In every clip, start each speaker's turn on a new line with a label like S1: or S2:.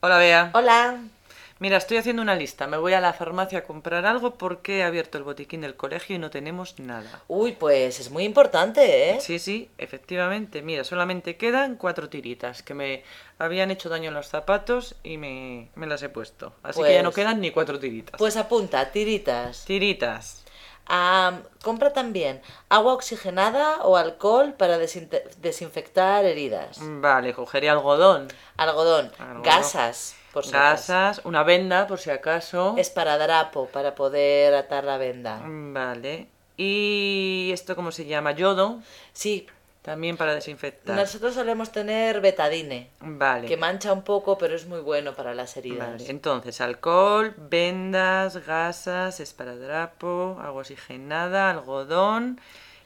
S1: Hola Bea.
S2: Hola.
S1: Mira, estoy haciendo una lista. Me voy a la farmacia a comprar algo porque he abierto el botiquín del colegio y no tenemos nada.
S2: Uy, pues es muy importante, ¿eh?
S1: Sí, sí, efectivamente. Mira, solamente quedan cuatro tiritas que me habían hecho daño en los zapatos y me, me las he puesto. Así que ya no
S2: Pues-
S1: quedan ni cuatro tiritas.
S2: Pues apunta, tiritas.
S1: Tiritas.
S2: Ah, compra también agua oxigenada o alcohol para desinte- desinfectar heridas.
S1: Vale, cogeré algodón,
S2: Algodón.
S1: Mm. Algodón.
S2: Gasas, por si acaso.
S1: gasas, una venda por si acaso.
S2: Esparadrapo para poder atar la
S1: Mm.
S2: venda.
S1: Vale. Y esto, ¿cómo se llama? Yodo,
S2: Sí,
S1: también para desinfectar.
S2: nosotros solemos tener betadine,
S1: Vale.
S2: que mancha un poco, pero es muy bueno para las heridas.
S1: Vale, entonces, alcohol, vendas, gasas, esparadrapo, agua oxigenada, algodón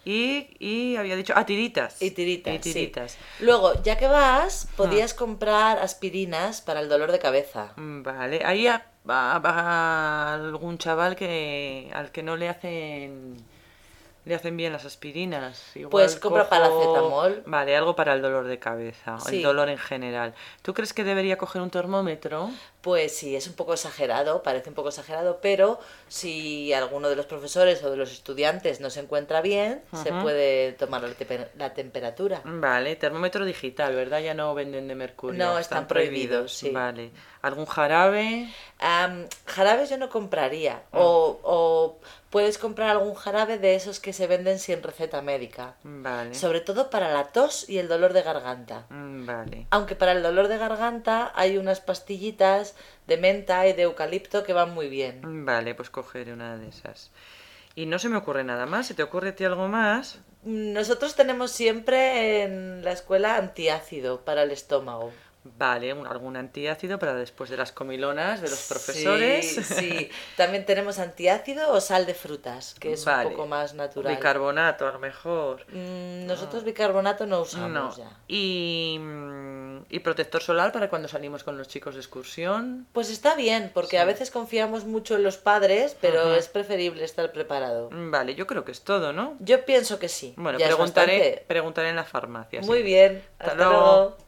S1: y, y había dicho, ah, tiritas.
S2: Y tiritas.
S1: Y
S2: sí.
S1: tiritas. Ah.
S2: Luego, ya que vas, podías comprar aspirinas para el dolor de cabeza.
S1: Mm, Vale, ahí a, a- a algún chaval que al que no le hacen le hacen bien las aspirinas. Igual
S2: Pues compra
S1: cojo-
S2: paracetamol.
S1: Vale, algo para el dolor de cabeza,
S2: Sí.
S1: el dolor en general. ¿Tú crees que debería coger un termómetro?
S2: Pues sí, es un poco exagerado, parece un poco exagerado, pero si alguno de los profesores o de los estudiantes no se encuentra bien, se
S1: Ujú.
S2: puede tomar la, tepe- la temperatura.
S1: Vale, termómetro digital, ¿verdad? Ya no venden de mercurio.
S2: No, están prohibidos, sí.
S1: Vale. ¿Algún jarabe?
S2: Am, jarabes yo no compraría,
S1: Mm.
S2: o, o puedes comprar algún jarabe de esos que se venden sin receta médica,
S1: Vale.
S2: sobre todo para la tos y el dolor de garganta.
S1: Mm, Vale.
S2: Aunque para el dolor de garganta hay unas pastillitas de menta y de eucalipto que van muy bien.
S1: Mm, Vale, pues cogeré una de esas. Y no se me ocurre nada más. ¿Se te ocurre a ti algo más?
S2: Nosotros tenemos siempre en la escuela antiácido para el estómago.
S1: Vale, un- algún antiácido para después de las comilonas de los profesores.
S2: Sí, sí. También tenemos antiácido o sal de frutas, que es
S1: Vale.
S2: un poco más natural.
S1: Bicarbonato, a lo mejor.
S2: Mm, Nosotros bicarbonato no usamos
S1: No.
S2: ya.
S1: Y, mm, y protector solar para cuando salimos con los chicos de excursión.
S2: Pues está bien, porque a veces confiamos mucho en los padres, pero es preferible estar preparado.
S1: Mm, Vale, yo creo que es todo, ¿no?
S2: Yo pienso que sí.
S1: Bueno,
S2: ya es
S1: preguntaré,
S2: bastante.
S1: preguntaré en ¿eh? la farmacia.
S2: Muy
S1: sí.
S2: bien.
S1: Hasta
S2: Hasta,
S1: luego.
S2: luego.